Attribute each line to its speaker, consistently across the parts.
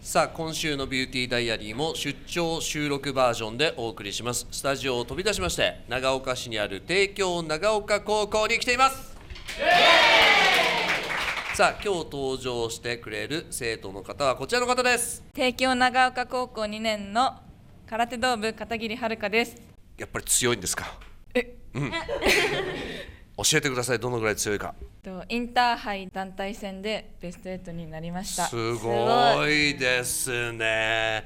Speaker 1: さあ今週の「ビューティーダイアリー」も出張収録バージョンでお送りしますスタジオを飛び出しまして長岡市にある帝京長岡高校に来ていますさあ今日登場してくれる生徒の方はこちらの方です
Speaker 2: 帝京長岡高校2年の空手道部片桐遥です
Speaker 1: やっぱり強いんですか
Speaker 2: え
Speaker 1: うん教えてくださいどのぐらい強いか
Speaker 2: とインターハイ団体戦でベスト8になりました
Speaker 1: すごいですね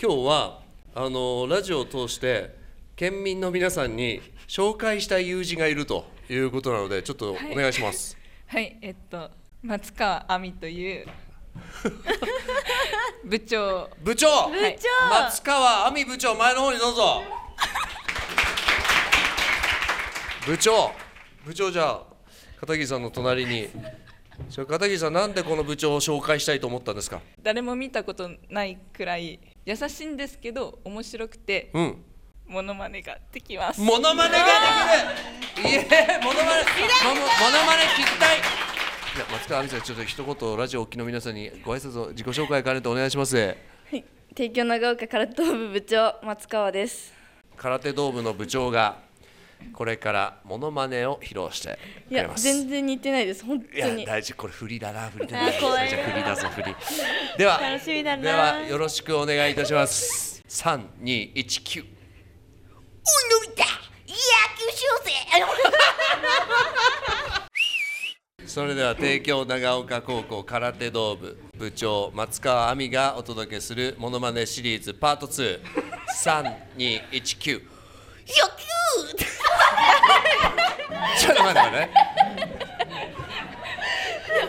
Speaker 1: 今日はあのラジオを通して県民の皆さんに紹介したい友人がいるということなのでちょっとお願いします、
Speaker 2: はいえっと松川亜美と いう部長
Speaker 1: 部長、
Speaker 2: い部
Speaker 3: 長
Speaker 1: 松川亜美部長前の方にどうぞ部長部長じゃあ片桐さんの隣にじゃあ片桐さんなんでこの部長を紹介したいと思ったんですか
Speaker 2: 誰も見たことないくらい優しいんですけど面白くて
Speaker 1: うん
Speaker 2: モノマネができます
Speaker 1: モノマネができる。いえ、モノマネ。モノモノマネ聞きたい。じゃあ松川亜美さん、ちょっと一言ラジオをお聞きの皆さんにご挨拶を自己紹介からねてお願いします。
Speaker 3: 帝京長岡空手道部部長松川です
Speaker 1: 空手道部の部長がこれからモノマネを披露してく
Speaker 3: い
Speaker 1: れ
Speaker 3: や
Speaker 1: ます。
Speaker 3: 全然似てないです本当
Speaker 1: い
Speaker 3: に
Speaker 1: や大事これ振りだな振りだな。
Speaker 3: あー怖い
Speaker 1: じゃあ振りだぞ振り。では
Speaker 3: 楽しみだな
Speaker 1: ではよろしくお願いいたします。三二一九。
Speaker 4: おいのび太野球しようぜあの
Speaker 1: それでは帝京長岡高校空手道部部長松川亜美がお届けするモノマネシリーズパート23219
Speaker 4: 野 球
Speaker 1: ちょっと待って待って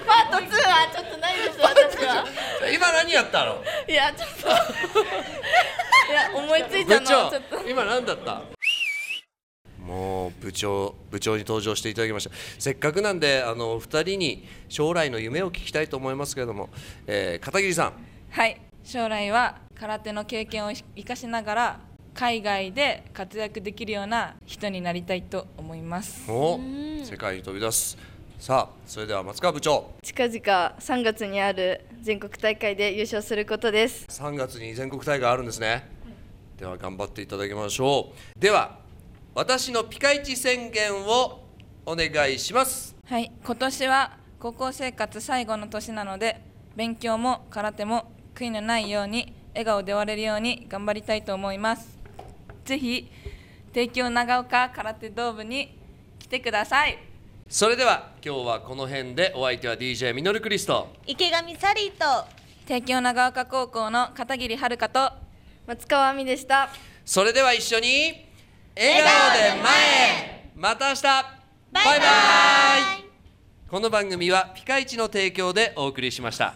Speaker 3: パート2はちょっとないです私は
Speaker 1: 今何やったの
Speaker 3: いやちょっといや思いつい
Speaker 1: 部
Speaker 3: たのはちょっと
Speaker 1: 長今何だったもう部長部長に登場していただきましたせっかくなんであのお二人に将来の夢を聞きたいと思いますけれども、えー片桐さん
Speaker 2: はい将来は空手の経験を生かしながら海外で活躍できるような人になりたいと思います
Speaker 1: お世界に飛び出すさあそれでは松川部長
Speaker 3: 近々3月にある全国大会で優勝することです
Speaker 1: 3月に全国大会あるんですね、では頑張っていただきましょうでは私のピカイチ宣言をお願いします
Speaker 2: はい今年は高校生活最後の年なので勉強も空手も悔いのないように笑顔で終われるように頑張りたいと思いますぜひ帝京長岡空手道部に来てください
Speaker 1: それでは今日はこの辺でお相手は DJ ミノルクリスト
Speaker 4: 池上サリーと
Speaker 2: 帝京長岡高校の片桐遥と
Speaker 3: 松川亜美でした
Speaker 1: それでは一緒に笑顔で前へまた明日バイバイこの番組はピカイチの提供でお送りしました